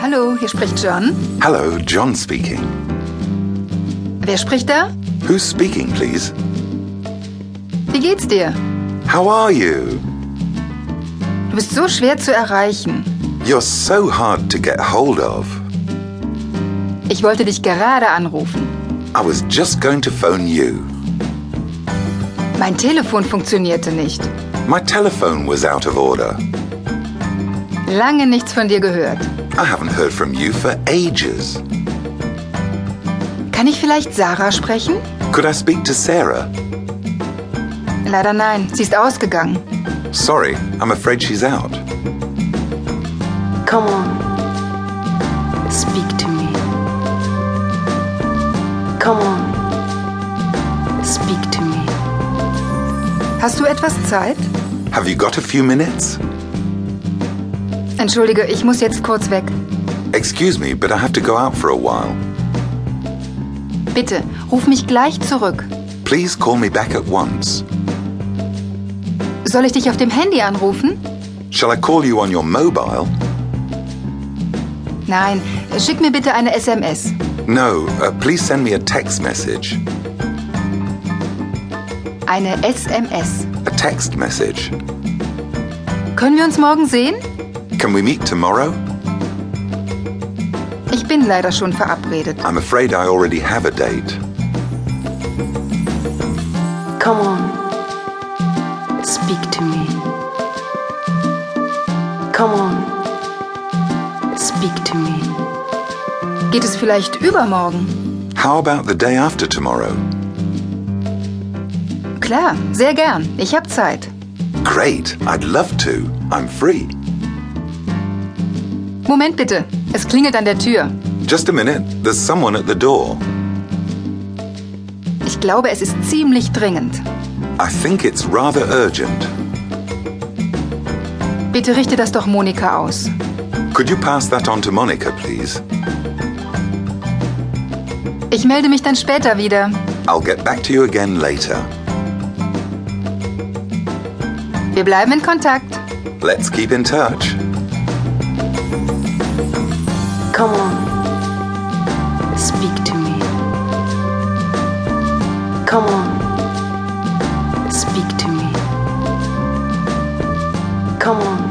Hallo, hier spricht John. Hello, John speaking. Wer spricht da? Who's speaking, please? Wie geht's dir? How are you? Du bist so schwer zu erreichen. You're so hard to get hold of. Ich wollte dich gerade anrufen. I was just going to phone you. Mein Telefon funktionierte nicht. My telephone was out of order. Lange nichts von dir gehört. I haven't heard from you for ages. Kann ich vielleicht Sarah sprechen? Could I speak to Sarah? Leider nein, sie ist ausgegangen. Sorry, I'm afraid she's out. Come on. Speak to me. Come on. Speak to me. Hast du etwas Zeit? Have you got a few minutes? Entschuldige, ich muss jetzt kurz weg. Excuse me, but I have to go out for a while. Bitte, ruf mich gleich zurück. Please call me back at once. Soll ich dich auf dem Handy anrufen? Shall I call you on your mobile? Nein, schick mir bitte eine SMS. No, uh, please send me a text message. Eine SMS. A text message. Können wir uns morgen sehen? Can we meet tomorrow? Ich bin leider schon verabredet. I'm afraid I already have a date. Come on. Speak to me. Come on. Speak to me. Geht es vielleicht übermorgen? How about the day after tomorrow? Klar, sehr gern. Ich habe Zeit. Great, I'd love to. I'm free. Moment bitte. Es klingelt an der Tür. Just a minute, there's someone at the door. Ich glaube, es ist ziemlich dringend. I think it's rather urgent. Bitte richte das doch Monika aus. Could you pass that on to Monica, please? Ich melde mich dann später wieder. I'll get back to you again later. Wir bleiben in Kontakt. Let's keep in touch. Come on. Speak to me. Come on. Speak to me. Come on.